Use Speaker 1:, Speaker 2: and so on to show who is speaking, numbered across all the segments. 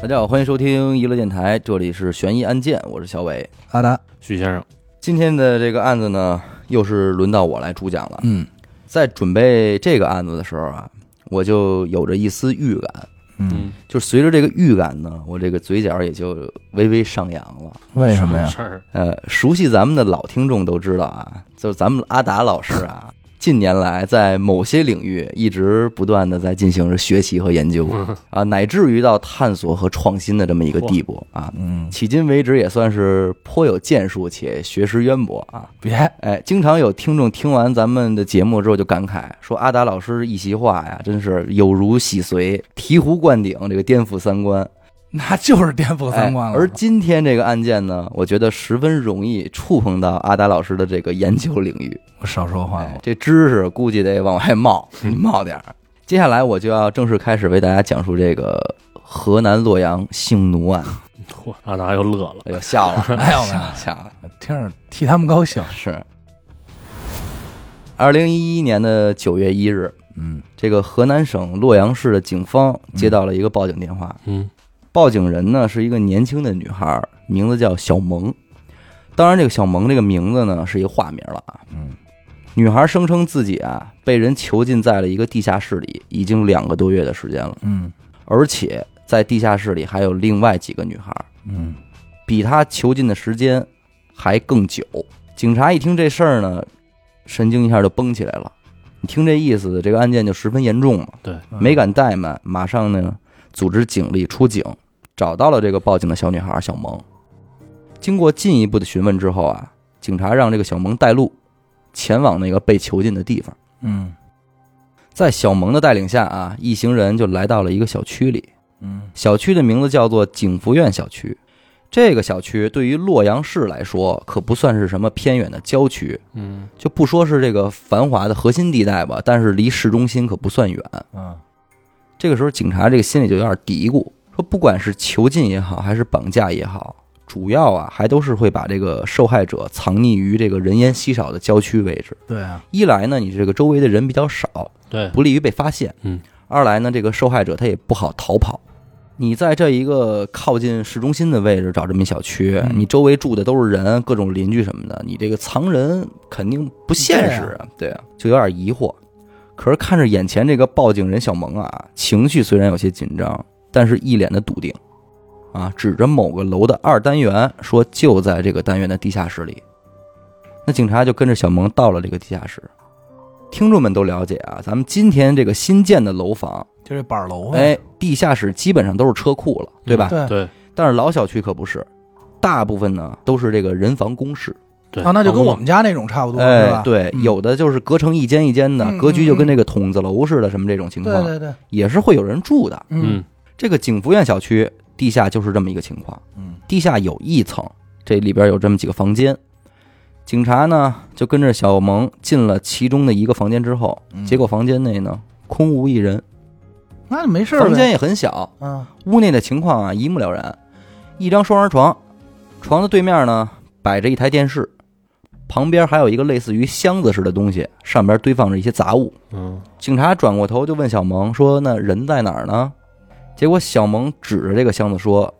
Speaker 1: 大家好，欢迎收听娱乐电台，这里是悬疑案件，我是小伟。
Speaker 2: 阿达，
Speaker 3: 许先生，
Speaker 1: 今天的这个案子呢，又是轮到我来主讲了。
Speaker 2: 嗯
Speaker 1: 在准备这个案子的时候啊，我就有着一丝预感，
Speaker 2: 嗯，
Speaker 1: 就随着这个预感呢，我这个嘴角也就微微上扬了。
Speaker 2: 为什么呀？
Speaker 3: 事儿
Speaker 1: 呃，熟悉咱们的老听众都知道啊，就是咱们阿达老师啊，近年来在某些领域一直不断的在进行着学习和研究啊，乃至于到探索和创新的这么一个地步啊。
Speaker 2: 嗯，
Speaker 1: 迄今为止也算是颇有建树且学识渊博啊。
Speaker 2: 别，
Speaker 1: 哎，经常有听众听完咱们的节目之后就感慨说：“阿达老师一席话呀，真是有如洗髓，醍醐灌顶，这个颠覆三观。
Speaker 2: 那就是颠覆三观
Speaker 1: 哎
Speaker 2: 了。
Speaker 1: 而今天这个案件呢，我觉得十分容易触碰到阿达老师的这个研究领域。
Speaker 2: 我少说
Speaker 3: 哦
Speaker 2: 话
Speaker 1: 哎
Speaker 2: 了，，
Speaker 1: 这知识估计得往外 冒，你冒点儿。接下来我就要正式开始为大家讲述这个河南洛阳性奴 案。
Speaker 3: 嚯，阿达又乐了。
Speaker 1: 哎呦，笑 了，
Speaker 2: 哎呦喂，
Speaker 1: 笑了。
Speaker 2: 听着替他们高兴。
Speaker 1: 是。二零一一年的九月一日，
Speaker 2: 嗯
Speaker 1: 这个河南省洛阳市的警方接到了一个报警电话，
Speaker 3: 嗯
Speaker 1: 报警人呢是一个年轻的女孩，名字叫小萌。当然，这个小萌这个名字呢是一个化名了啊。
Speaker 2: 嗯
Speaker 1: 女孩声称自己啊被人囚禁在了一个地下室里，已经两个多月的时间了，
Speaker 2: 嗯
Speaker 1: 而且在地下室里还有另外几个女孩，
Speaker 2: 嗯
Speaker 1: 比她囚禁的时间还更久。警察一听这事儿呢，神经一下就绷起来了。你听这意思，这个案件就十分严重嘛。
Speaker 3: 对，
Speaker 2: 嗯
Speaker 1: 没敢怠慢，马上呢组织警力出警，找到了这个报警的小女孩小萌。经过进一步的询问之后啊，警察让这个小萌带路，前往那个被囚禁的地方。
Speaker 2: 嗯
Speaker 1: 在小萌的带领下啊，一行人就来到了一个小区里。
Speaker 2: 嗯
Speaker 1: 小区的名字叫做景福苑小区。这个小区对于洛阳市来说，可不算是什么偏远的郊区，
Speaker 3: 嗯
Speaker 1: 就不说是这个繁华的核心地带吧，但是离市中心可不算远。
Speaker 2: 嗯
Speaker 1: 这个时候，警察这个心里就有点嘀咕，说不管是囚禁也好，还是绑架也好，主要啊还都是会把这个受害者藏匿于这个人烟稀少的郊区位置。
Speaker 2: 对啊，
Speaker 1: 一来呢，你这个周围的人比较少，
Speaker 3: 对，
Speaker 1: 不利于被发现；
Speaker 3: 嗯，
Speaker 1: 二来呢，这个受害者他也不好逃跑。你在这一个靠近市中心的位置找这么一小区，
Speaker 2: 嗯
Speaker 1: 你周围住的都是人，各种邻居什么的，你这个藏人肯定不现实啊，对啊，就有点疑惑。可是看着眼前这个报警人小萌啊，情绪虽然有些紧张，但是一脸的笃定，啊，指着某个楼的二单元说就在这个单元的地下室里。那警察就跟着小萌到了这个地下室。听众们都了解啊，咱们今天这个新建的楼房
Speaker 2: 就这板楼呗。
Speaker 1: 哎，地下室基本上都是车库了，嗯对吧？
Speaker 2: 对
Speaker 3: 对
Speaker 1: 但是老小区可不是，大部分呢都是这个人防公示。
Speaker 3: 对
Speaker 2: 啊，那就跟我们家那种差不多，是
Speaker 1: 哎
Speaker 2: 吧？，
Speaker 1: 对，
Speaker 2: 嗯
Speaker 1: 有的就是隔成一间一间的，
Speaker 2: 嗯
Speaker 1: 格局就跟这个筒子楼似的，什么这种情
Speaker 2: 对
Speaker 1: 况，
Speaker 2: 对嗯对，
Speaker 1: 也是会有人住的。
Speaker 2: 嗯
Speaker 3: 嗯
Speaker 1: 这个景福苑小区地下就是这么一个情况，
Speaker 2: 嗯
Speaker 1: 地下有一层，这里边有这么几个房间。警察呢就跟着小萌进了其中的一个房间之后，
Speaker 2: 嗯
Speaker 1: 结果房间内呢空无一人，
Speaker 2: 那就没事儿
Speaker 1: 房间
Speaker 2: 呗。
Speaker 1: 也很小，
Speaker 2: 嗯
Speaker 1: 屋内的情况啊一目了然，一张双人床，床的对面呢摆着一台电视，旁边还有一个类似于箱子似的东西，上边堆放着一些杂物。
Speaker 3: 嗯，
Speaker 1: 警察转过头就问小萌说：“那人在哪儿呢？”结果小萌指着这个箱子说：“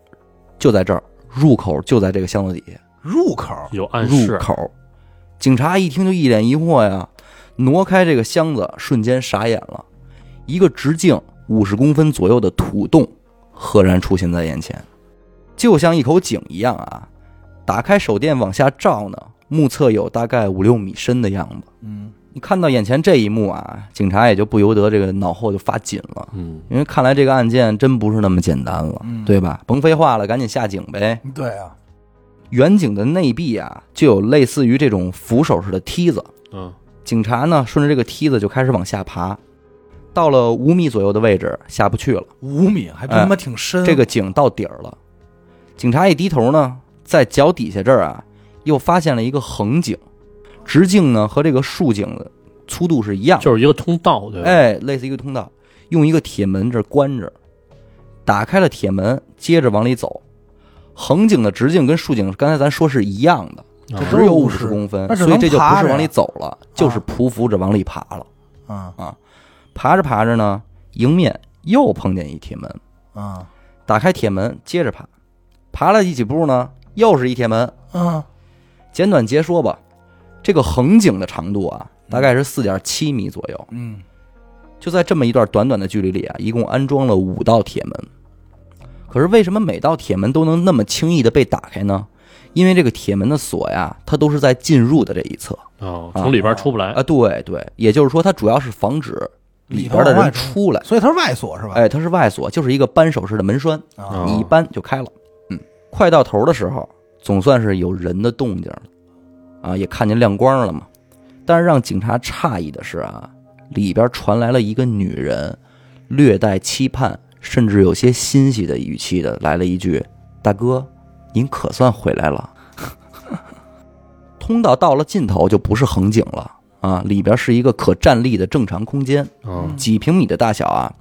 Speaker 1: 就在这儿，入口就在这个箱子底下。
Speaker 2: 入口，
Speaker 3: 有暗”
Speaker 1: 入
Speaker 3: 示，
Speaker 1: 口，警察一听就一脸疑惑呀，挪开这个箱子，瞬间傻眼了，一个直径五十公分左右的土洞赫然出现在眼前，就像一口井一样啊！打开手电往下照呢，目测有大概五六米深的样子。
Speaker 2: 嗯
Speaker 1: 你看到眼前这一幕啊，警察也就不由得这个脑后就发紧了，
Speaker 3: 嗯，
Speaker 1: 因为看来这个案件真不是那么简单了，
Speaker 2: 嗯，
Speaker 1: 对吧？甭废话了，赶紧下井呗。
Speaker 2: 对啊，
Speaker 1: 远景的内壁啊，就有类似于这种扶手式的梯子，
Speaker 3: 嗯
Speaker 1: 警察呢顺着这个梯子就开始往下爬，到了五米左右的位置下不去了，
Speaker 2: 五米还真他妈挺深。
Speaker 1: 哎这个井到底儿了。警察一低头呢，在脚底下这儿啊，又发现了一个横井，直径呢和这个竖井的粗度是一样的，
Speaker 3: 就是一个通道，对吧？
Speaker 1: 哎，类似一个通道，用一个铁门这儿关着，打开了铁门，接着往里走。横井的直径跟竖井，刚才咱说是一样的，
Speaker 3: 啊
Speaker 2: 这都
Speaker 1: 只有
Speaker 2: 五
Speaker 1: 五
Speaker 2: 十
Speaker 1: 十公分
Speaker 2: 那，只
Speaker 1: 所以
Speaker 2: 能
Speaker 1: 这就不
Speaker 2: 爬
Speaker 1: 是
Speaker 2: 着
Speaker 1: 往里
Speaker 2: 呀
Speaker 1: 走了，就是匍匐着往里爬了。
Speaker 2: 啊
Speaker 1: 爬着爬着呢，迎面又碰见一铁门，
Speaker 2: 啊，
Speaker 1: 打开铁门，接着爬，爬了几步呢，又是一铁门。
Speaker 2: 嗯
Speaker 1: 简短截说吧，这个横井的长度啊，大概是四点七米左右。
Speaker 2: 嗯，
Speaker 1: 就在这么一段短短的距离里啊，一共安装了五道铁门。可是为什么每道铁门都能那么轻易的被打开呢？因为这个铁门的锁呀，它都是在进入的这一侧
Speaker 3: 哦，从里边出不来
Speaker 1: 啊。对对，也就是说，它主要是防止里边的
Speaker 2: 里头往外
Speaker 1: 人
Speaker 2: 出
Speaker 1: 出来。
Speaker 2: 所以它是外锁是吧？
Speaker 1: 哎，它是外锁，就是一个扳手式的门栓，
Speaker 2: 啊，
Speaker 1: 你一扳就开了。嗯，快到头的时候，总算是有人的动静了，啊，也看见亮光了嘛。但是让警察诧异的是啊，里边传来了一个女人，略带期盼，甚至有些欣喜的语气的来了一句：“大哥，您可算回来了。” 通道到了尽头就不是横井了啊，里边是一个可站立的正常空间。
Speaker 3: 嗯
Speaker 1: 几平米的大小啊，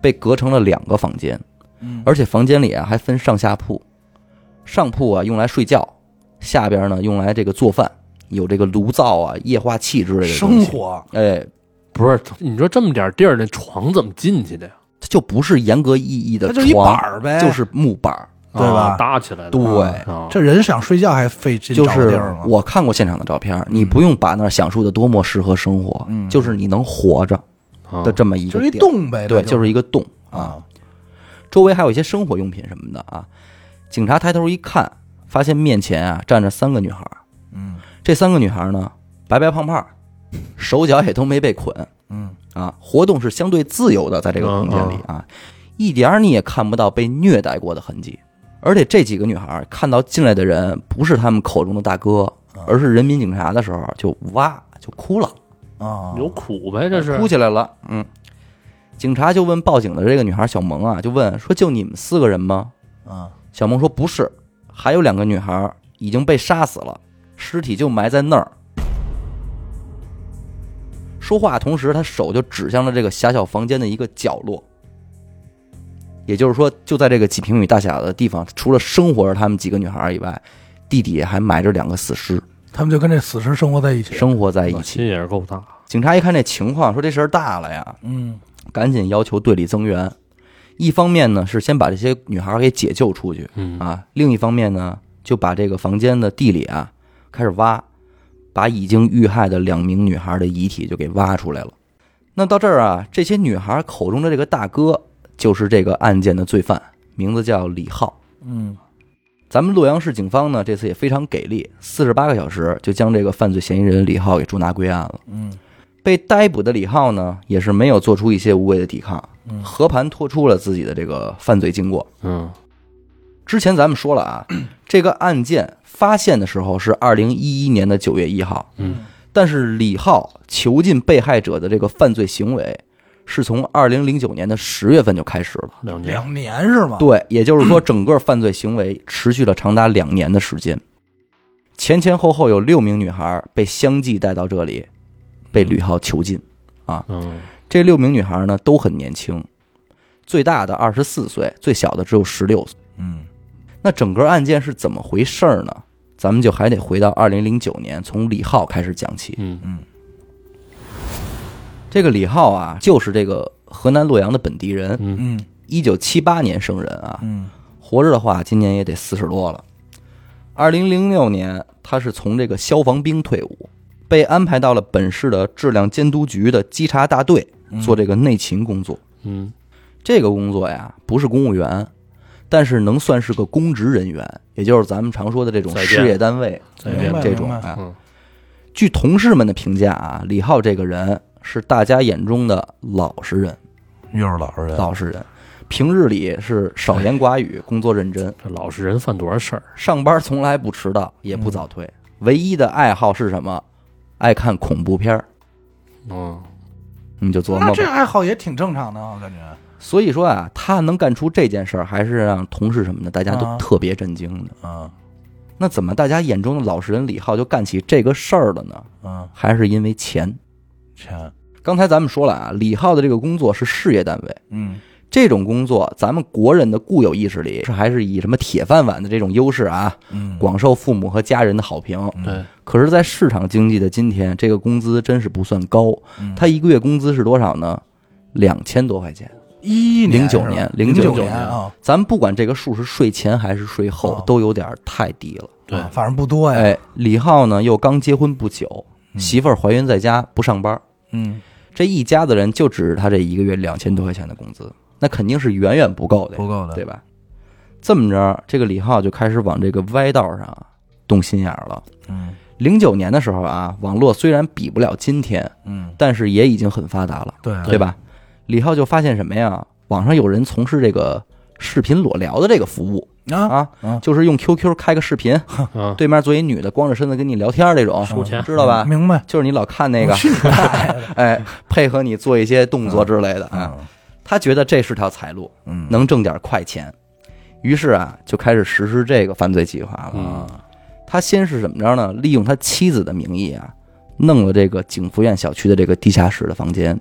Speaker 1: 被隔成了两个房间，
Speaker 2: 嗯
Speaker 1: 而且房间里啊还分上下铺，上铺啊用来睡觉，下边呢用来这个做饭，有这个炉灶啊、液化气之类的东
Speaker 2: 生
Speaker 1: 西。
Speaker 2: 活
Speaker 1: 哎，
Speaker 3: 不是，你说这么点地儿，那床怎么进去的呀？
Speaker 1: 它就不是严格意义的
Speaker 2: 它
Speaker 1: 床，
Speaker 2: 就是一板儿呗，
Speaker 1: 就是木板儿。
Speaker 2: 对吧
Speaker 3: 啊搭起来的，
Speaker 1: 对
Speaker 3: 啊，
Speaker 2: 这人想睡觉还费劲
Speaker 1: 就
Speaker 2: 找个地
Speaker 1: 是
Speaker 2: 儿吗？
Speaker 1: 我看过现场的照片，你不用把那儿想述的多么适合生活，
Speaker 2: 嗯
Speaker 1: 就是你能活着
Speaker 3: 啊
Speaker 1: 的这么一
Speaker 2: 就
Speaker 1: 个
Speaker 2: 是一
Speaker 1: 地儿
Speaker 2: 洞呗，
Speaker 1: 对，
Speaker 2: 那
Speaker 1: 就是一个洞啊。
Speaker 2: 啊，
Speaker 1: 周围还有一些生活用品什么的啊。警察抬头一看，发现面前啊站着三个女孩儿，
Speaker 2: 嗯
Speaker 1: 这三个女孩儿呢白白胖胖儿，手脚也都没被捆
Speaker 2: 嗯
Speaker 1: 啊，活动是相对自由的，在这个空间里啊，一点儿你也看不到被虐待过的痕迹。而且这几个女孩儿看到进来的人不是他们口中的大哥，而是人民警察的时候就哇就哭了，
Speaker 2: 啊，
Speaker 3: 有苦呗，这是
Speaker 1: 哭起来了。嗯，警察就问报警的这个女孩小萌啊，就问说就你们四个人吗？
Speaker 2: 啊
Speaker 1: 小萌说：“不是，还有两个女孩已经被杀死了，尸体就埋在那儿。”说话同时，他手就指向了这个狭小房间的一个角落。也就是说，就在这个几平米大小的地方，除了生活着他们几个女孩以外，地底还埋着两个死尸，
Speaker 2: 他们就跟这死尸生活在一起，
Speaker 1: 生活在一起。
Speaker 3: 心也是够大，
Speaker 1: 警察一看这情况，说这事儿大了呀，
Speaker 2: 嗯
Speaker 1: 赶紧要求队里增援。一方面呢，是先把这些女孩给解救出去，
Speaker 3: 嗯
Speaker 1: 啊，另一方面呢，就把这个房间的地里啊开始挖，把已经遇害的两名女孩的遗体就给挖出来了。那到这儿啊，这些女孩口中的这个大哥就是这个案件的罪犯，名字叫李浩。
Speaker 2: 嗯
Speaker 1: 咱们洛阳市警方呢，这次也非常给力，四十八个小时就将这个犯罪嫌疑人李浩给捉拿归案了。
Speaker 2: 嗯
Speaker 1: 被逮捕的李浩呢，也是没有做出一些无谓的抵抗，
Speaker 2: 嗯
Speaker 1: 和盘托出了自己的这个犯罪经过。
Speaker 3: 嗯
Speaker 1: 之前咱们说了啊，这个案件发现的时候是二零一一年的九月一号，
Speaker 3: 嗯，
Speaker 1: 但是李浩囚禁被害者的这个犯罪行为是从二零零九年的十月份就开始了。
Speaker 3: 两年
Speaker 2: 两年是吗？
Speaker 1: 对，也就是说，整个犯罪行为持续了长达两年的时间，前前后后有六名女孩被相继带到这里，被李浩囚禁。
Speaker 3: 嗯
Speaker 1: 这六名女孩呢都很年轻，最大的二十四岁，最小的只有十六岁。
Speaker 2: 嗯
Speaker 1: 那整个案件是怎么回事儿呢？咱们就还得回到二零零九年，从李浩开始讲起。
Speaker 3: 嗯
Speaker 1: 这个李浩啊，就是这个河南洛阳的本地人，
Speaker 3: 嗯
Speaker 2: 嗯
Speaker 1: 一九七八年生人啊，
Speaker 2: 嗯
Speaker 1: 活着的话今年也得四十多了。二零零六年，他是从这个消防兵退伍，被安排到了本市的质量监督局的稽查大队
Speaker 2: 嗯
Speaker 1: 做这个内勤工作。
Speaker 3: 嗯
Speaker 1: 这个工作呀，不是公务员，但是能算是个公职人员，也就是咱们常说的这种
Speaker 3: 在编
Speaker 1: 事业单位
Speaker 3: 在
Speaker 2: 明白
Speaker 1: 这种
Speaker 2: 明白
Speaker 1: 啊。
Speaker 3: 嗯
Speaker 1: 据同事们的评价啊，李浩这个人是大家眼中的老实人，
Speaker 2: 又是老实人，
Speaker 1: 老实人，平日里是少言寡语，工作认真，
Speaker 3: 这老实人犯多少事儿？
Speaker 1: 上班从来不迟到，也不早退。唯一的爱好是什么？爱看恐怖片儿，
Speaker 3: 嗯，
Speaker 1: 你就琢
Speaker 2: 那
Speaker 1: 磨
Speaker 2: 啊这
Speaker 1: 吧。
Speaker 2: 爱好也挺正常的，我感觉
Speaker 1: 所以说啊，他能干出这件事儿，还是让同事什么的大家
Speaker 2: 啊
Speaker 1: 都特别震惊的。
Speaker 2: 嗯
Speaker 1: 那怎么大家眼中的老实人李浩就干起这个事儿了呢？
Speaker 2: 嗯，
Speaker 1: 还是因为钱？
Speaker 2: 钱
Speaker 1: 刚才咱们说了啊，李浩的这个工作是事业单位，
Speaker 2: 嗯
Speaker 1: 这种工作，咱们国人的固有意识里是还是以什么铁饭碗的这种优势啊，
Speaker 2: 嗯
Speaker 1: 广受父母和家人的好评。
Speaker 3: 对，
Speaker 1: 可是，在市场经济的今天，这个工资真是不算高
Speaker 2: 嗯。
Speaker 1: 他一个月工资是多少呢？两千多块钱，
Speaker 2: 一年
Speaker 1: 09年
Speaker 2: 零
Speaker 1: 09
Speaker 2: 年
Speaker 3: 年
Speaker 2: 啊，
Speaker 1: 咱不管这个数是税前还是税后
Speaker 2: 哦，
Speaker 1: 都有点太低了。
Speaker 3: 对
Speaker 2: 啊，反正不多呀。
Speaker 1: 哎，李浩呢又刚结婚不久，
Speaker 2: 嗯
Speaker 1: 媳妇儿怀孕在家不上班，
Speaker 2: 嗯，
Speaker 1: 这一家子人就指着他这一个月两千多块钱的工资，那肯定是远远不够的呀，
Speaker 2: 不够的，
Speaker 1: 对吧？这么着，这个李浩就开始往这个歪道上啊动心眼儿了。
Speaker 2: 嗯
Speaker 1: 零九年的时候啊，网络虽然比不了今天，
Speaker 2: 嗯，
Speaker 1: 但是也已经很发达了，
Speaker 2: 对啊
Speaker 1: 对吧？李浩就发现什么呀？网上有人从事这个视频裸聊的这个服务
Speaker 2: 啊，
Speaker 1: 啊
Speaker 2: 啊，
Speaker 1: 就是用 QQ 开个视频，
Speaker 3: 啊，
Speaker 1: 对面坐一女的，光着身子跟你聊天儿这种，
Speaker 3: 收钱
Speaker 1: 知道吧？
Speaker 2: 明白
Speaker 1: 就是你老看那个
Speaker 2: 嗯我，去你 大爷的
Speaker 1: 哎，配合你做一些动作之类的啊。
Speaker 2: 嗯
Speaker 1: 他觉得这是条财路，
Speaker 2: 嗯，
Speaker 1: 能挣点快钱，于是啊，就开始实施这个犯罪计划了。
Speaker 3: 嗯
Speaker 1: 他先是怎么着呢？利用他妻子的名义啊，弄了这个景福苑小区的这个地下室的房间，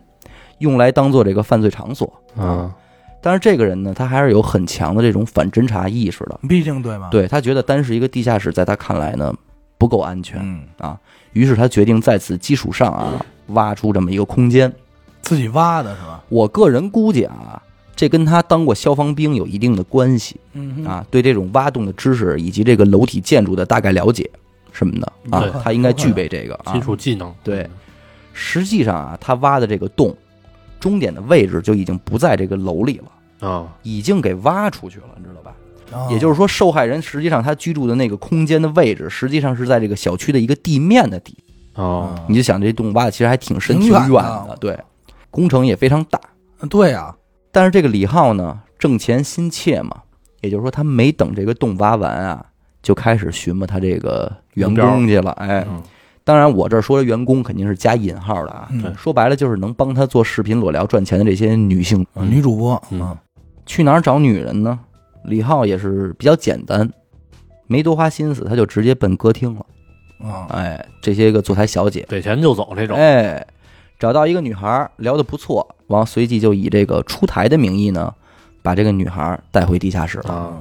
Speaker 1: 用来当做这个犯罪场所。
Speaker 3: 啊，
Speaker 1: 但是这个人呢，他还是有很强的这种反侦查意识的。
Speaker 2: 毕竟对吗？，
Speaker 1: 对他觉得单是一个地下室，在他看来呢不够安全，
Speaker 2: 嗯，
Speaker 1: 于是他决定在此基础上啊，挖出这么一个空间。
Speaker 2: 自己挖的是吧？
Speaker 1: 我个人估计啊，这跟他当过消防兵有一定的关系。
Speaker 2: 嗯，
Speaker 1: 啊，对这种挖洞的知识以及这个楼体建筑的大概了解什么的
Speaker 3: 对
Speaker 1: 啊，他应该具备这个啊
Speaker 3: 基。础技能，
Speaker 1: 对实际上啊，他挖的这个洞，终点的位置就已经不在这个楼里了，
Speaker 3: 啊，
Speaker 1: 已经给挖出去了，你知道吧？
Speaker 3: 哦
Speaker 2: 啊
Speaker 1: 也就是说，受害人实际上他居住的那个空间的位置，实际上是在这个小区的一个地面的底。
Speaker 3: 哦，
Speaker 1: 你就想这洞挖的其实还挺深
Speaker 2: 挺
Speaker 1: 挺
Speaker 2: 远
Speaker 1: 远
Speaker 2: 的
Speaker 1: 的，对，工程也非常大。
Speaker 2: 对啊，
Speaker 1: 但是这个李浩呢，挣钱心切嘛，也就是说他没等这个洞挖完啊，就开始寻摸他这个员工去了。哎，
Speaker 3: 嗯
Speaker 1: 当然我这说的员工肯定是加引号的啊，
Speaker 2: 嗯
Speaker 1: 说白了就是能帮他做视频裸聊赚钱的这些女性，
Speaker 2: 啊女主播，
Speaker 3: 嗯
Speaker 2: 嗯
Speaker 1: 去哪儿找女人呢？李浩也是比较简单，没多花心思，他就直接奔歌厅了。
Speaker 2: 啊，
Speaker 1: 哎，这些个坐台小姐，
Speaker 3: 给钱就走这种，
Speaker 1: 哎，找到一个女孩儿聊得不错，完后随即就以这个出台的名义呢，把这个女孩儿带回地下室了。
Speaker 3: 啊，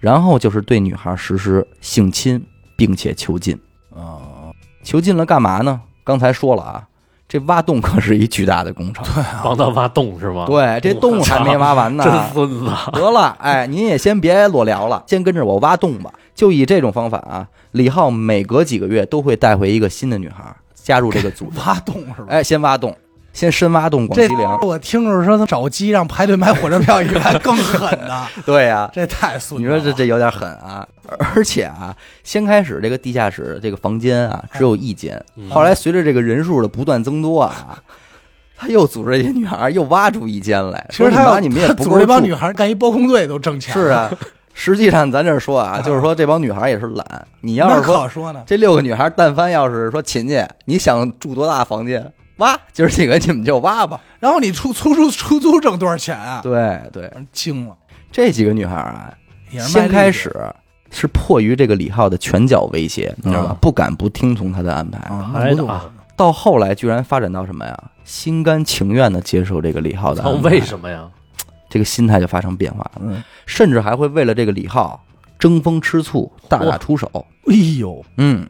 Speaker 1: 然后就是对女孩实施性侵，并且囚禁。
Speaker 2: 啊，
Speaker 1: 囚禁了干嘛呢？刚才说了啊，这挖洞可是一巨大的工程。
Speaker 3: 帮他挖洞是吗？，
Speaker 1: 对，这洞还没挖完呢。
Speaker 3: 真孙子，
Speaker 1: 得了，哎，您也先别裸聊了，先跟着我挖洞吧。就以这种方法啊，李浩每隔几个月都会带回一个新的女孩加入这个 组织。
Speaker 2: 挖洞是吧？
Speaker 1: 哎，先挖洞，先深挖洞，广
Speaker 2: 这
Speaker 1: 积粮。
Speaker 2: 我听着说他找鸡让排队买火车票以外更狠 的，
Speaker 1: 对呀、
Speaker 2: 这太损
Speaker 1: 你
Speaker 2: 了。
Speaker 1: 说这这有点狠啊！而且啊，先开始这个地下室这个房间啊只有一间，
Speaker 3: 嗯
Speaker 1: 后来随着这个人数的不断增多啊，他又组织这些女孩儿又挖出一间来，
Speaker 2: 其
Speaker 1: 说
Speaker 2: 实他
Speaker 1: 你妈
Speaker 2: 要
Speaker 1: 你们也
Speaker 2: 他
Speaker 1: 不
Speaker 2: 组
Speaker 1: 够
Speaker 2: 织这帮
Speaker 1: 住
Speaker 2: 女孩干一包工队都挣钱，
Speaker 1: 是，啊。实际上咱这说啊，就是说这帮女孩儿也是懒，你要
Speaker 2: 那
Speaker 1: 是说
Speaker 2: 可说呢，
Speaker 1: 这六个女孩儿，但凡要是说勤去，你想住多大房间？挖，今儿几个你们就挖吧。
Speaker 2: 然后你出出租出租挣多少钱啊？
Speaker 1: 对对，
Speaker 2: 惊了，
Speaker 1: 这几个女孩儿啊，
Speaker 2: 也是卖
Speaker 1: 先
Speaker 2: 力
Speaker 1: 开
Speaker 2: 气
Speaker 1: 始是迫于这个李浩的拳脚威胁，你知道吧
Speaker 2: 嗯？
Speaker 1: 不敢不听从他的安排。
Speaker 2: 啊，
Speaker 3: 哎
Speaker 2: 那不
Speaker 3: 啊
Speaker 1: 到后来，居然发展到什么呀？心甘情愿的接受这个李浩的
Speaker 3: 操
Speaker 2: 啊
Speaker 1: 安排，
Speaker 3: 为什么呀？
Speaker 1: 这个心态就发生变化了，
Speaker 2: 嗯，
Speaker 1: 甚至还会为了这个李浩争风吃醋，大打出手。
Speaker 2: 哎呦，
Speaker 1: 嗯，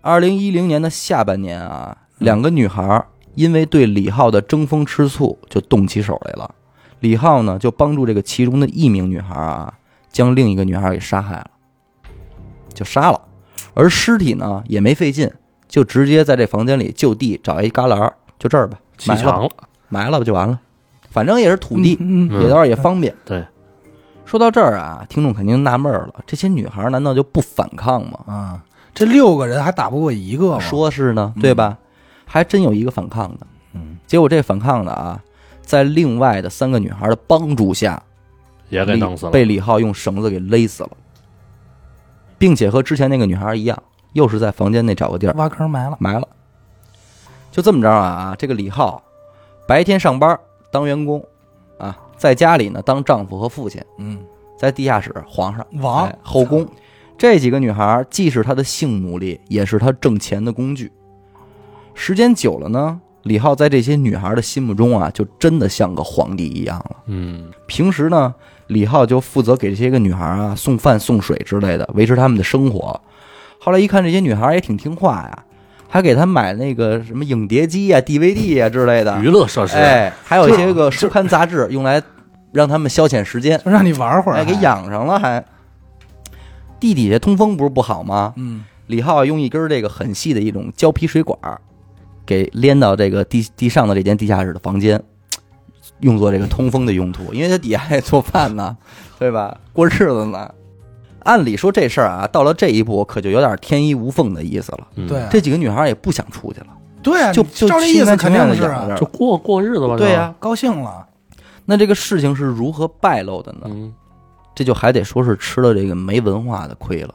Speaker 1: 二零一零年的下半年啊，两个女孩因为对李浩的争风吃醋，就动起手来了。李浩呢，就帮助这个其中的一名女孩啊，将另一个女孩给杀害了，就杀了。而尸体呢，也没费劲，就直接在这房间里就地找一旮旯儿，就这儿吧，
Speaker 3: 起
Speaker 1: 埋了吧
Speaker 3: 床了，
Speaker 1: 埋了吧就完了，反正也是土地，
Speaker 2: 嗯，
Speaker 1: 也倒是也方便。
Speaker 3: 对，
Speaker 1: 说到这儿啊，听众肯定纳闷儿了，这些女孩难道就不反抗吗？
Speaker 2: 嗯啊，这六个人还打不过一个吗？
Speaker 1: 说是呢，对吧？还真有一个反抗的，
Speaker 2: 嗯，
Speaker 1: 结果这反抗的啊，在另外的三个女孩的帮助下，
Speaker 3: 也给
Speaker 1: 李
Speaker 3: 弄死了，
Speaker 1: 被李浩用绳子给勒死了，并且和之前那个女孩一样，又是在房间内找个地儿
Speaker 2: 挖坑埋了，
Speaker 1: 埋了。就这么着啊，这个李浩白天上班当员工啊，在家里呢当丈夫和父亲，
Speaker 2: 嗯，
Speaker 1: 在地下室皇上。
Speaker 2: 王
Speaker 1: 哎、后宫。这几个女孩既是他的性奴隶，也是他挣钱的工具。时间久了呢，李浩在这些女孩的心目中啊，就真的像个皇帝一样了。
Speaker 3: 嗯，
Speaker 1: 平时呢，李浩就负责给这些个女孩啊送饭送水之类的，维持她们的生活。后来一看这些女孩也挺听话呀，还给他买那个什么影碟机啊、DVD 啊之类的
Speaker 3: 娱，乐设施，
Speaker 1: 哎，还有一些个书刊杂志，用来让他们消遣时间，
Speaker 2: 就让你玩会儿，
Speaker 1: 哎，给，养上了还。地底下通风不是不好吗？
Speaker 2: 嗯，
Speaker 1: 李浩啊用一根这个很细的一种胶皮水管儿，给连到这个地地上的这间地下室的房间，用作这个通风的用途，因为他底下还得做饭呢， 对吧？过日子呢。按理说这事儿啊，到了这一步可就有点天衣无缝的意思了。
Speaker 3: 嗯
Speaker 2: 对，啊
Speaker 1: 这几个女孩儿也不想出去了，
Speaker 2: 对啊，
Speaker 1: 就
Speaker 2: 你
Speaker 1: 就
Speaker 2: 照这意
Speaker 1: 心
Speaker 2: 思
Speaker 1: 甘
Speaker 2: 肯
Speaker 1: 情愿
Speaker 2: 定
Speaker 1: 的
Speaker 2: 是
Speaker 1: 养
Speaker 2: 啊，
Speaker 1: 着
Speaker 3: 就。过过日子吧，
Speaker 1: 对
Speaker 3: 呀、
Speaker 1: 呀、
Speaker 2: 高兴了，
Speaker 1: 那这个事情是如何败露的呢？
Speaker 3: 嗯，
Speaker 1: 这就还得说是吃了这个没文化的亏了。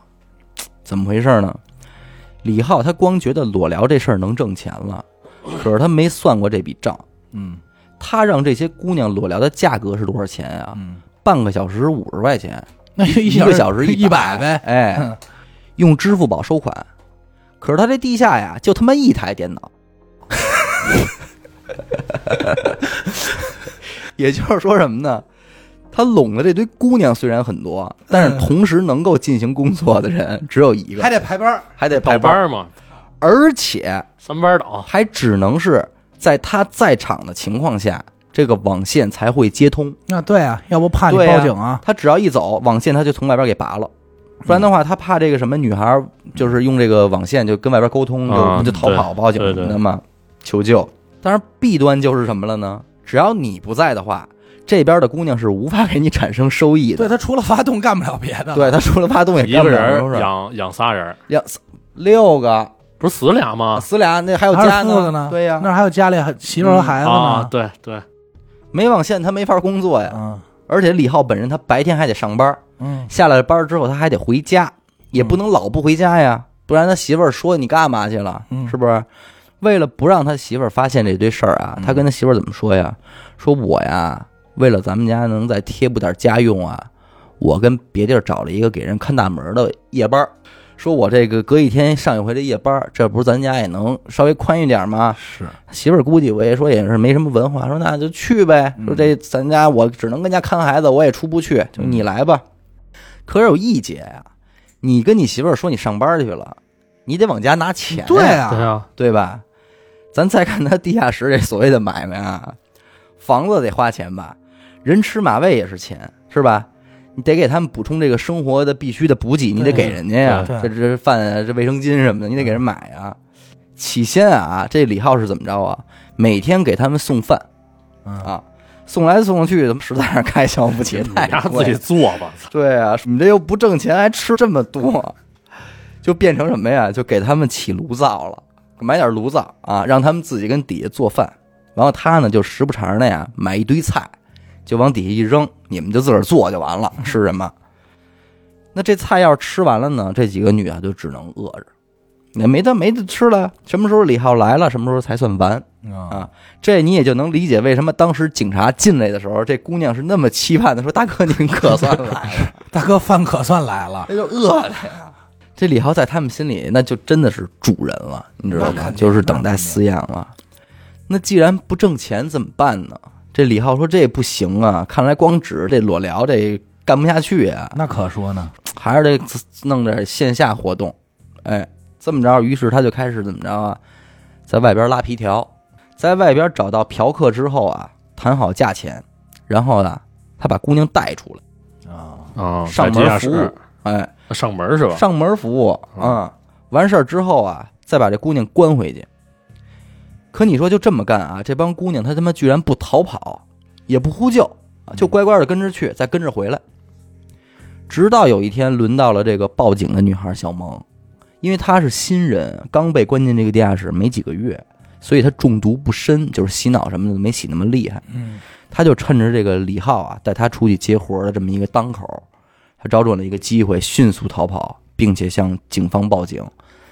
Speaker 1: 怎么回事呢？李浩他光觉得裸聊这事儿能挣钱了，可是他没算过这笔账。
Speaker 2: 嗯
Speaker 1: 他让这些姑娘裸聊的价格是多少钱啊？
Speaker 2: 嗯，
Speaker 1: 半个小时五十块钱，
Speaker 2: 那就
Speaker 1: 一
Speaker 2: 小
Speaker 1: 个小时
Speaker 2: 一
Speaker 1: 百
Speaker 2: 百呗，
Speaker 1: 哎，
Speaker 2: 嗯
Speaker 1: 用支付宝收款。可是他这地下呀，就他妈一台电脑。 也就是说什么呢？他拢的这堆姑娘虽然很多，但是同时能够进行工作的人只有一个，
Speaker 2: 还得排班儿，
Speaker 1: 还得排
Speaker 3: 倒班
Speaker 1: 班，
Speaker 3: 儿嘛，
Speaker 1: 而且
Speaker 3: 三班倒，
Speaker 1: 还只能是在他在场的情况下，这个网线才会接通。
Speaker 2: 那对啊，要不怕你
Speaker 1: 对啊
Speaker 2: 报警啊，
Speaker 1: 他只要一走，网线他就从外边给拔了。不然的话，他怕这个什么女孩儿，就是用这个网线就跟外边沟通，
Speaker 3: 啊
Speaker 1: 就就逃跑、
Speaker 3: 对
Speaker 1: 报警什
Speaker 3: 对
Speaker 1: 么的嘛，求救。但是弊端就是什么了呢？只要你不在的话，这边的姑娘是无法给你产生收益
Speaker 2: 对
Speaker 1: 的。
Speaker 2: 他除了发动干不了别 的，
Speaker 1: 对，他除了发动也
Speaker 3: 一
Speaker 1: 干不
Speaker 3: 个
Speaker 1: 了什么事儿。
Speaker 3: 人啊养养仨人，
Speaker 1: 两六个
Speaker 3: 不是死俩吗？
Speaker 1: 死俩，那还有
Speaker 2: 还
Speaker 1: 家
Speaker 2: 是四个
Speaker 1: 呢
Speaker 2: 呢，嗯
Speaker 1: 对呀，
Speaker 2: 那儿还有家里还媳妇儿和孩子
Speaker 3: 啊，
Speaker 2: 呢，
Speaker 3: 对对，
Speaker 1: 没网线他没法工作呀。
Speaker 2: 嗯
Speaker 1: 而且李浩本人他白天还得上班，
Speaker 2: 嗯，
Speaker 1: 下了班之后他还得回家，也不能老不回家呀，不然他媳妇儿说你干嘛去了，
Speaker 2: 嗯
Speaker 1: 是不是？为了不让他媳妇儿发现这堆事儿
Speaker 2: 嗯
Speaker 1: 啊，他跟他媳妇儿怎么说呀？说我呀，为了咱们家能再贴补点家用啊，我跟别地儿找了一个给人看大门的夜班儿。说我这个隔一天上一回这夜班儿，这不是咱家也能稍微宽裕点吗？
Speaker 2: 是，
Speaker 1: 媳妇儿估计我也说也是没什么文化，说那就去呗。
Speaker 2: 嗯
Speaker 1: 说这咱家我只能跟家看孩子，我也出不去，就你来吧。可是有一节呀、你跟你媳妇儿说你上班去了，你得往家拿钱、
Speaker 2: 对
Speaker 1: 呀，
Speaker 3: 对
Speaker 2: 啊，
Speaker 3: 啊，
Speaker 1: 对吧？咱再看他地下室这所谓的买卖啊，房子得花钱吧，人吃马喂也是钱，是吧？你得给他们补充这个生活的必须的补给，你得给人家呀、
Speaker 2: 对
Speaker 1: 这
Speaker 2: 对
Speaker 1: 这饭啊，这卫生巾什么的，你得给人买啊。起先啊，这李浩是怎么着啊？每天给他们送饭
Speaker 2: 嗯
Speaker 1: 啊，送来送去，他们实在是开销不 起，太
Speaker 3: 嗯你家
Speaker 1: 贵
Speaker 3: 自己
Speaker 1: 了
Speaker 3: 做吧，
Speaker 1: 对啊，你这又不挣钱，还吃这么多， 就变成什么呀？就给他们起炉灶了，买点炉灶啊，让他们自己跟底下做饭。然后他呢，就时不常的呀，买一堆菜，就往底下一扔，你们就自个儿做就完了，吃什么？那这菜要是吃完了呢，这几个女啊就只能饿着，也没得没得吃了。什么时候李浩来了，什么时候才算完？
Speaker 2: 啊，
Speaker 1: 这你也就能理解为什么当时警察进来的时候，这姑娘是那么期盼的，说：“大哥，您可算来了。”
Speaker 2: 大哥饭可算来了，
Speaker 1: 那就饿的呀。这李浩在他们心里，那就真的是主人了，你知道
Speaker 2: 那
Speaker 1: 吗？
Speaker 2: 肯定
Speaker 1: 就是等待饲养了。那既然不挣钱怎么办呢？这李浩说：“这也不行啊，看来光指这裸聊这干不下去啊，
Speaker 2: 那可说呢，
Speaker 1: 还是得弄点线下活动。”哎，这么着，于是他就开始怎么着啊，在外边拉皮条，在外边找到嫖客之后啊，谈好价钱，然后呢，他把姑娘带出
Speaker 2: 啊，
Speaker 3: 啊，
Speaker 1: 来，上
Speaker 3: 在地下
Speaker 1: 门服务
Speaker 3: 室，，
Speaker 1: 哎，
Speaker 3: 上门是吧？嗯
Speaker 1: 上门服务啊、完事儿之后啊，再把这姑娘关回去。可你说就这么干啊？这帮姑娘她他妈居然不逃跑，也不呼救，啊就乖乖的跟着去，再跟着回来。直到有一天轮到了这个报警的女孩小萌，因为她是新人，刚被关进这个地下室没几个月，所以她中毒不深，就是洗脑什么的没洗那么厉害。
Speaker 2: 嗯
Speaker 1: 他就趁着这个李浩啊带他出去接活儿的这么一个当口，他找准了一个机会，迅速逃跑，并且向警方报警，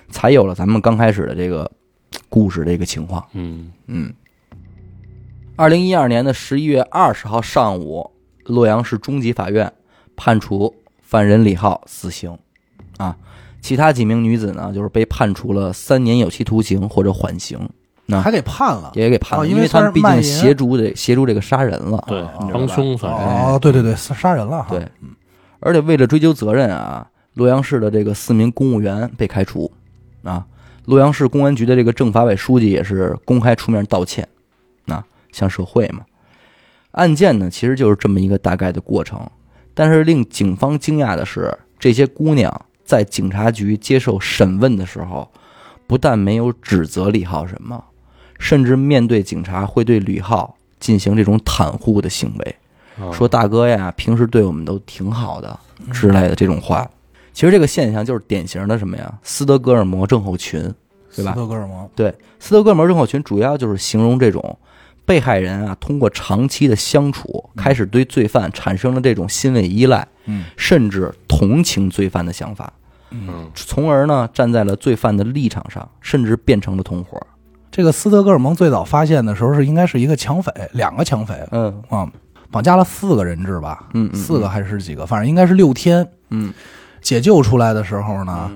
Speaker 1: 才有了咱们刚开始的这个嘖故事这个情况。
Speaker 3: 嗯，
Speaker 1: 嗯，二零一二年的十一月二十号上午，洛阳市中级法院判处犯人李浩死刑，啊，其他几名女子呢，就是被判处了三年有期徒刑或者缓刑，啊
Speaker 2: 还给判了，
Speaker 1: 也给判了，
Speaker 2: 哦因
Speaker 1: 因
Speaker 2: 为
Speaker 1: 为他们毕
Speaker 2: 算
Speaker 1: 竟
Speaker 2: 是卖淫
Speaker 1: 协助这协助这个杀人了。
Speaker 3: 对
Speaker 2: 啊，
Speaker 3: 帮凶算是，
Speaker 2: 哦，对对对，杀杀人了哈，
Speaker 1: 对，嗯而且为了追究责任啊，洛阳市的这个四名公务员被开除啊。洛阳市公安局的这个政法委书记也是公开出面道歉，啊，向社会嘛。案件呢，其实就是这么一个大概的过程。但是令警方惊讶的是，这些姑娘在警察局接受审问的时候，不但没有指责李浩什么，甚至面对警察会对李浩进行这种袒护的行为。
Speaker 3: 嗯
Speaker 1: 说大哥呀，平时对我们都挺好的之类的这种话。其实这个现象就是典型的什么呀？斯德哥尔摩症候群。对吧
Speaker 2: 斯德哥尔摩，
Speaker 1: 对，斯德哥尔摩症候群主要就是形容这种被害人啊，通过长期的相处，开始对罪犯产生了这种心理依赖，
Speaker 2: 嗯
Speaker 1: 甚至同情罪犯的想法，
Speaker 3: 嗯
Speaker 1: 从而呢站在了罪犯的立场上，甚至变成了同伙。
Speaker 2: 这个斯德哥尔摩最早发现的时候是应该是一个抢匪，两个抢匪
Speaker 1: 嗯
Speaker 2: 啊，绑架了四个人质吧，
Speaker 1: 嗯嗯
Speaker 2: 四个还是几个，反正应该是六天。
Speaker 1: 嗯，
Speaker 2: 解救出来的时候呢，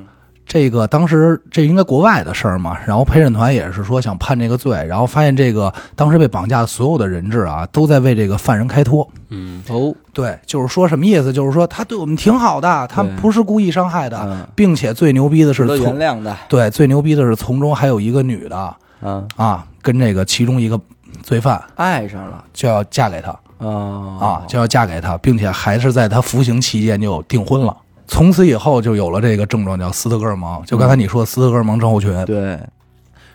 Speaker 2: 这个当时这应该国外的事儿嘛，然后陪审团也是说想判这个罪，然后发现这个当时被绑架的所有的人质啊，都在为这个犯人开脱。
Speaker 3: 嗯
Speaker 1: 哦，
Speaker 2: 对，就是说什么意思？就是说他对我们挺好的，他
Speaker 1: 对
Speaker 2: 不是故意伤害的，
Speaker 1: 嗯，
Speaker 2: 并且最牛逼的是
Speaker 1: 值得原
Speaker 2: 从
Speaker 1: 谅的，
Speaker 2: 对最牛逼的是从中还有一个女的
Speaker 1: 嗯，
Speaker 2: 啊，跟这个其中一个罪犯
Speaker 1: 爱上了
Speaker 2: 就要嫁给他啊
Speaker 1: 啊，
Speaker 2: 就要嫁给他，并且还是在他服刑期间就订婚了。从此以后就有了这个症状叫斯德哥尔摩，就刚才你说的斯德哥尔摩症候群。
Speaker 1: 嗯对，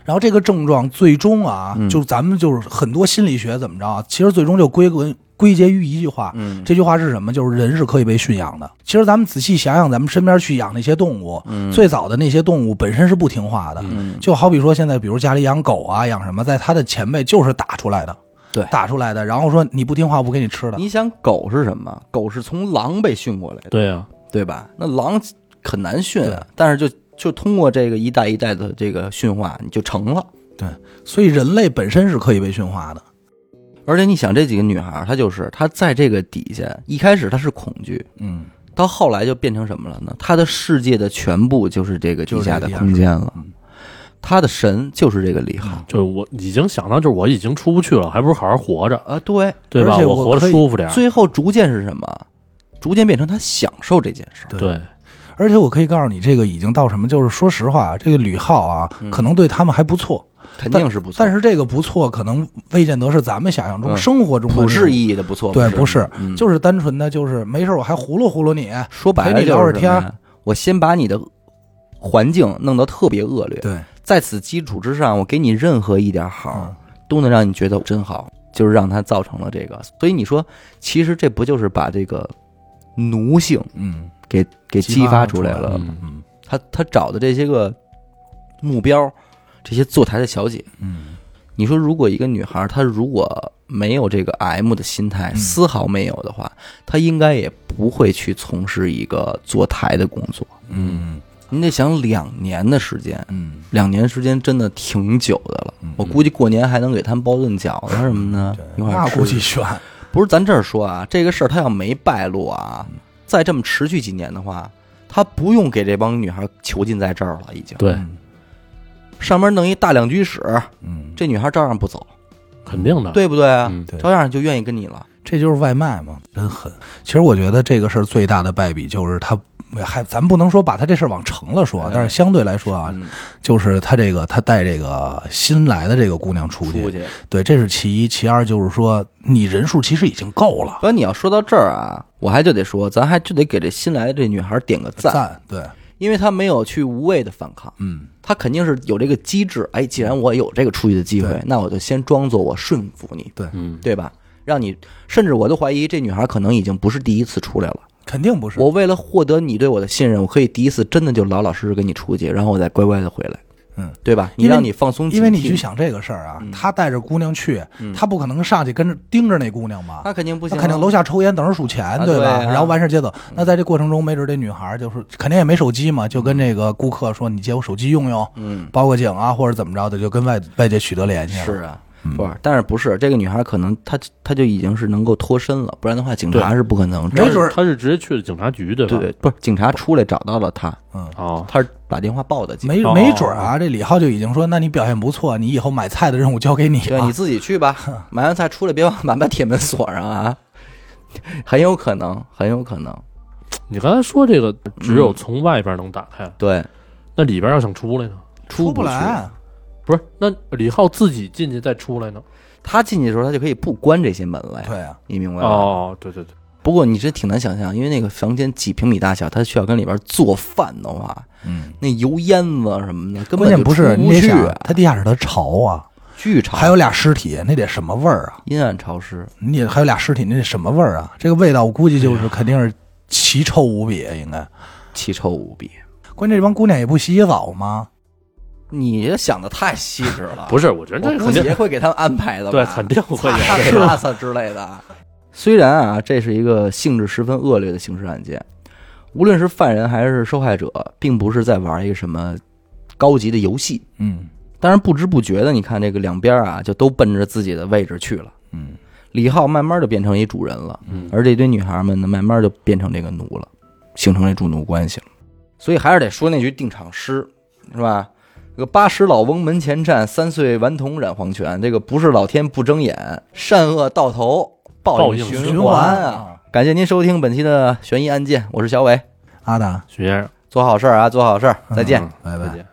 Speaker 2: 然后这个症状最终啊，
Speaker 1: 嗯
Speaker 2: 就是咱们就是很多心理学怎么着啊，其实最终就归根归结于一句话，
Speaker 1: 嗯
Speaker 2: 这句话是什么？就是人是可以被驯养的。其实咱们仔细想想，咱们身边去养那些动物，最早的那些动物本身是不听话的，
Speaker 1: 嗯
Speaker 2: 就好比说现在，比如家里养狗啊，养什么，在它的前辈就是打出来的，
Speaker 1: 对
Speaker 2: 打出来的。然后说你不听话，我不给你吃的。
Speaker 1: 你想狗是什么？狗是从狼被训过来的。
Speaker 3: 对啊，
Speaker 1: 对吧？那狼很难驯
Speaker 2: 对
Speaker 1: 啊，但是就就通过这个一代一代的这个驯化，你就成了。
Speaker 2: 所以人类本身是可以被驯化的，
Speaker 1: 而且你想，这几个女孩儿，她就是她在这个底下，一开始她是恐惧，
Speaker 2: 嗯，
Speaker 1: 到后来就变成什么了呢？她的世界的全部就是这个地下的空间了
Speaker 2: 嗯，
Speaker 1: 她的神就是这个李浩
Speaker 3: 就是我已经想到，就是我已经出不去了，还不如好好活着，
Speaker 1: 啊。对，
Speaker 3: 对吧？
Speaker 2: 而且我
Speaker 3: 我活
Speaker 2: 可
Speaker 3: 得
Speaker 2: 以
Speaker 3: 舒服点儿。
Speaker 1: 最后逐渐是什么？逐渐变成她享受这件事儿。
Speaker 3: 对，
Speaker 2: 而且我可以告诉你，这个已经到什么，就是说实话，这个吕浩啊，可能对他们还不错，
Speaker 1: 肯定嗯是不错，
Speaker 2: 但是这个不错，可能未见得是咱们想象中、
Speaker 1: 嗯
Speaker 2: 生活中的
Speaker 1: 普
Speaker 2: 那种
Speaker 1: 世意义的不错。
Speaker 2: 对，不
Speaker 1: 不
Speaker 2: 是，
Speaker 1: 嗯
Speaker 2: 就是单纯的，就是没事儿我还糊弄糊弄你。
Speaker 1: 说白了
Speaker 2: 陪你聊会
Speaker 1: 就
Speaker 2: 儿
Speaker 1: 是什
Speaker 2: 天
Speaker 1: 么
Speaker 2: 儿
Speaker 1: 呀？我先把你的环境弄得特别恶劣，
Speaker 2: 对，
Speaker 1: 在此基础之上，我给你任何一点好
Speaker 2: 嗯，
Speaker 1: 都能让你觉得真好，就是让它造成了这个。所以你说，其实这不就是把这个奴性
Speaker 2: 嗯，
Speaker 1: 给给激发出来
Speaker 2: 激发
Speaker 1: 了
Speaker 2: 出
Speaker 1: 吗？
Speaker 3: 嗯，
Speaker 2: 嗯
Speaker 1: 他他找的这些个目标，这些坐台的小姐，
Speaker 2: 嗯，
Speaker 1: 你说如果一个女孩她如果没有这个 M 的心态，
Speaker 2: 嗯
Speaker 1: 丝毫没有的话，她应该也不会去从事一个坐台的工作。
Speaker 2: 嗯
Speaker 1: 你得想两年的时间，
Speaker 2: 嗯，
Speaker 1: 两年时间真的挺久的了
Speaker 2: 嗯，
Speaker 1: 我估计过年还能给他们包顿饺子什么的，一块儿
Speaker 2: 那
Speaker 1: 吃
Speaker 2: 估计悬。
Speaker 1: 不是咱这儿说啊，这个事儿他要没败露啊，
Speaker 2: 嗯
Speaker 1: 再这么持续几年的话，他不用给这帮女孩囚禁在这儿了，已经
Speaker 3: 对，
Speaker 1: 上面弄一大两居室，
Speaker 2: 嗯，
Speaker 1: 这女孩照样不走，
Speaker 3: 肯定的。
Speaker 1: 对不对啊？
Speaker 3: 嗯，
Speaker 2: 对
Speaker 1: 照样就愿意跟你了。
Speaker 2: 这就是外卖嘛，真狠。其实我觉得这个事儿最大的败笔就是他。还咱不能说把他这事儿往成了说
Speaker 1: 哎，
Speaker 2: 但是相对来说啊，
Speaker 1: 嗯
Speaker 2: 就是他这个他带这个新来的这个姑娘出
Speaker 1: 出
Speaker 2: 去，
Speaker 1: 去。
Speaker 2: 对，这是其一。其二就是说，你人数其实已经够了，
Speaker 1: 不过你要说到这儿啊，我还就得说，咱还就得给这新来的这女孩点个赞，
Speaker 2: 赞，对，
Speaker 1: 因为她没有去无谓的反抗，
Speaker 2: 嗯，
Speaker 1: 她肯定是有这个机制。哎，既然我有这个出去的机会
Speaker 2: 对，
Speaker 1: 那我就先装作我顺服你，
Speaker 3: 嗯，
Speaker 1: 对吧？让你，甚至我都怀疑这女孩可能已经不是第一次出来了。
Speaker 2: 肯定不是。
Speaker 1: 我为了获得你对我的信任，我可以第一次真的就老老实实跟你出去，然后我再乖乖的回来，
Speaker 2: 嗯，
Speaker 1: 对吧？你
Speaker 2: 因为
Speaker 1: 让你放松警惕，
Speaker 2: 因为你去想这个事儿
Speaker 1: 嗯
Speaker 2: 啊，他带着姑娘去，他不可能上去跟着盯着那姑娘吧？
Speaker 1: 那肯定不
Speaker 2: 那
Speaker 1: 行啊，
Speaker 2: 肯定楼下抽烟等着数钱
Speaker 1: 啊，
Speaker 2: 吧？
Speaker 1: 对啊
Speaker 2: 然后完事儿接走。那在这过程中，没准这女孩儿就是肯定也没手机嘛，就跟这个顾客说：“你借我手机用用，
Speaker 1: 嗯，
Speaker 2: 报个警啊，或者怎么着的，就跟外外界取得联系。”
Speaker 1: 是，啊。
Speaker 2: 嗯
Speaker 1: 不是，但是不是这个女孩可能她她就已经是能够脱身了，不然的话警察是不可能
Speaker 2: 没
Speaker 1: 找
Speaker 2: 准儿
Speaker 3: 他是直接去的警察局，对吧？
Speaker 1: 对，不是警察出来找到了她，
Speaker 2: 嗯，
Speaker 3: 哦，
Speaker 1: 她是打电话报的警，
Speaker 2: 没
Speaker 3: 哦
Speaker 2: 没准儿啊，这李浩就已经说：“那你表现不错，你以后买菜的任务交给你
Speaker 1: 对，啊你
Speaker 2: 了。
Speaker 1: 自己去 吧，买完菜出来别忘 把把铁门锁上啊， 很有可能，很有可能，
Speaker 3: 你刚才说这个只有从外边能打开，
Speaker 1: 对，
Speaker 3: 那里边要想出来呢？出
Speaker 2: 不
Speaker 3: 去
Speaker 2: 来。
Speaker 3: 不是，那李浩自己进去再出来呢？
Speaker 1: 他进去的时候，他就可以不关这些门了呀，
Speaker 2: 对啊，
Speaker 1: 你明白吗？
Speaker 3: 哦，对对对，
Speaker 1: 不过你这挺难想象，因为那个房间几平米大小，他需要跟里边做饭的话，
Speaker 2: 嗯，
Speaker 1: 那油烟子什么的，根
Speaker 2: 关
Speaker 1: 本
Speaker 2: 键
Speaker 1: 就
Speaker 2: 不
Speaker 1: 出
Speaker 2: 是你
Speaker 1: 不
Speaker 2: 得
Speaker 1: 去
Speaker 2: 想
Speaker 1: 啊，，
Speaker 2: 他地下室他潮啊，
Speaker 1: 巨潮，
Speaker 2: 还有俩尸体，那得什么味儿啊？
Speaker 1: 阴暗潮湿。
Speaker 2: 你得还有俩尸体，那得什么味儿啊？这个味道我估计
Speaker 1: 啊
Speaker 2: 就是肯定是奇臭无比，啊应该。
Speaker 1: 奇臭无比。
Speaker 2: 关键这帮姑娘也不洗洗澡吗？
Speaker 1: 你想的太细致了，
Speaker 3: 不
Speaker 1: 是？
Speaker 3: 是，我觉得这
Speaker 1: 我估
Speaker 3: 肯
Speaker 1: 计也
Speaker 3: 定
Speaker 1: 会给他们安排的吧，
Speaker 3: 对，肯定会有
Speaker 1: 擦
Speaker 3: 的。
Speaker 1: 擦擦之类的。 虽然啊，这是一个性质十分恶劣的刑事案件，无论是犯人还是受害者，并不是在玩一个什么高级的游戏。
Speaker 2: 嗯
Speaker 1: 当然，不知不觉的，你看这个两边啊，就都奔着自己的位置去了。
Speaker 2: 嗯，
Speaker 1: 李浩慢慢的变成一主人了，
Speaker 3: 嗯
Speaker 1: 而这堆女孩们呢，慢慢就变成这个奴了，形成这主奴关系了。所以还是得说那句定场诗，是吧？这个八十老翁门前站，三岁顽童染黄泉。这个不是老天不睁眼，善恶到头报
Speaker 3: 报应
Speaker 1: 循环啊！！感谢您收听本期的悬疑案件，我是小伟，
Speaker 2: 阿达，
Speaker 3: 许先生，
Speaker 1: 做好事儿啊，做好事儿，再见。
Speaker 3: 嗯
Speaker 2: 拜拜
Speaker 3: 再。见。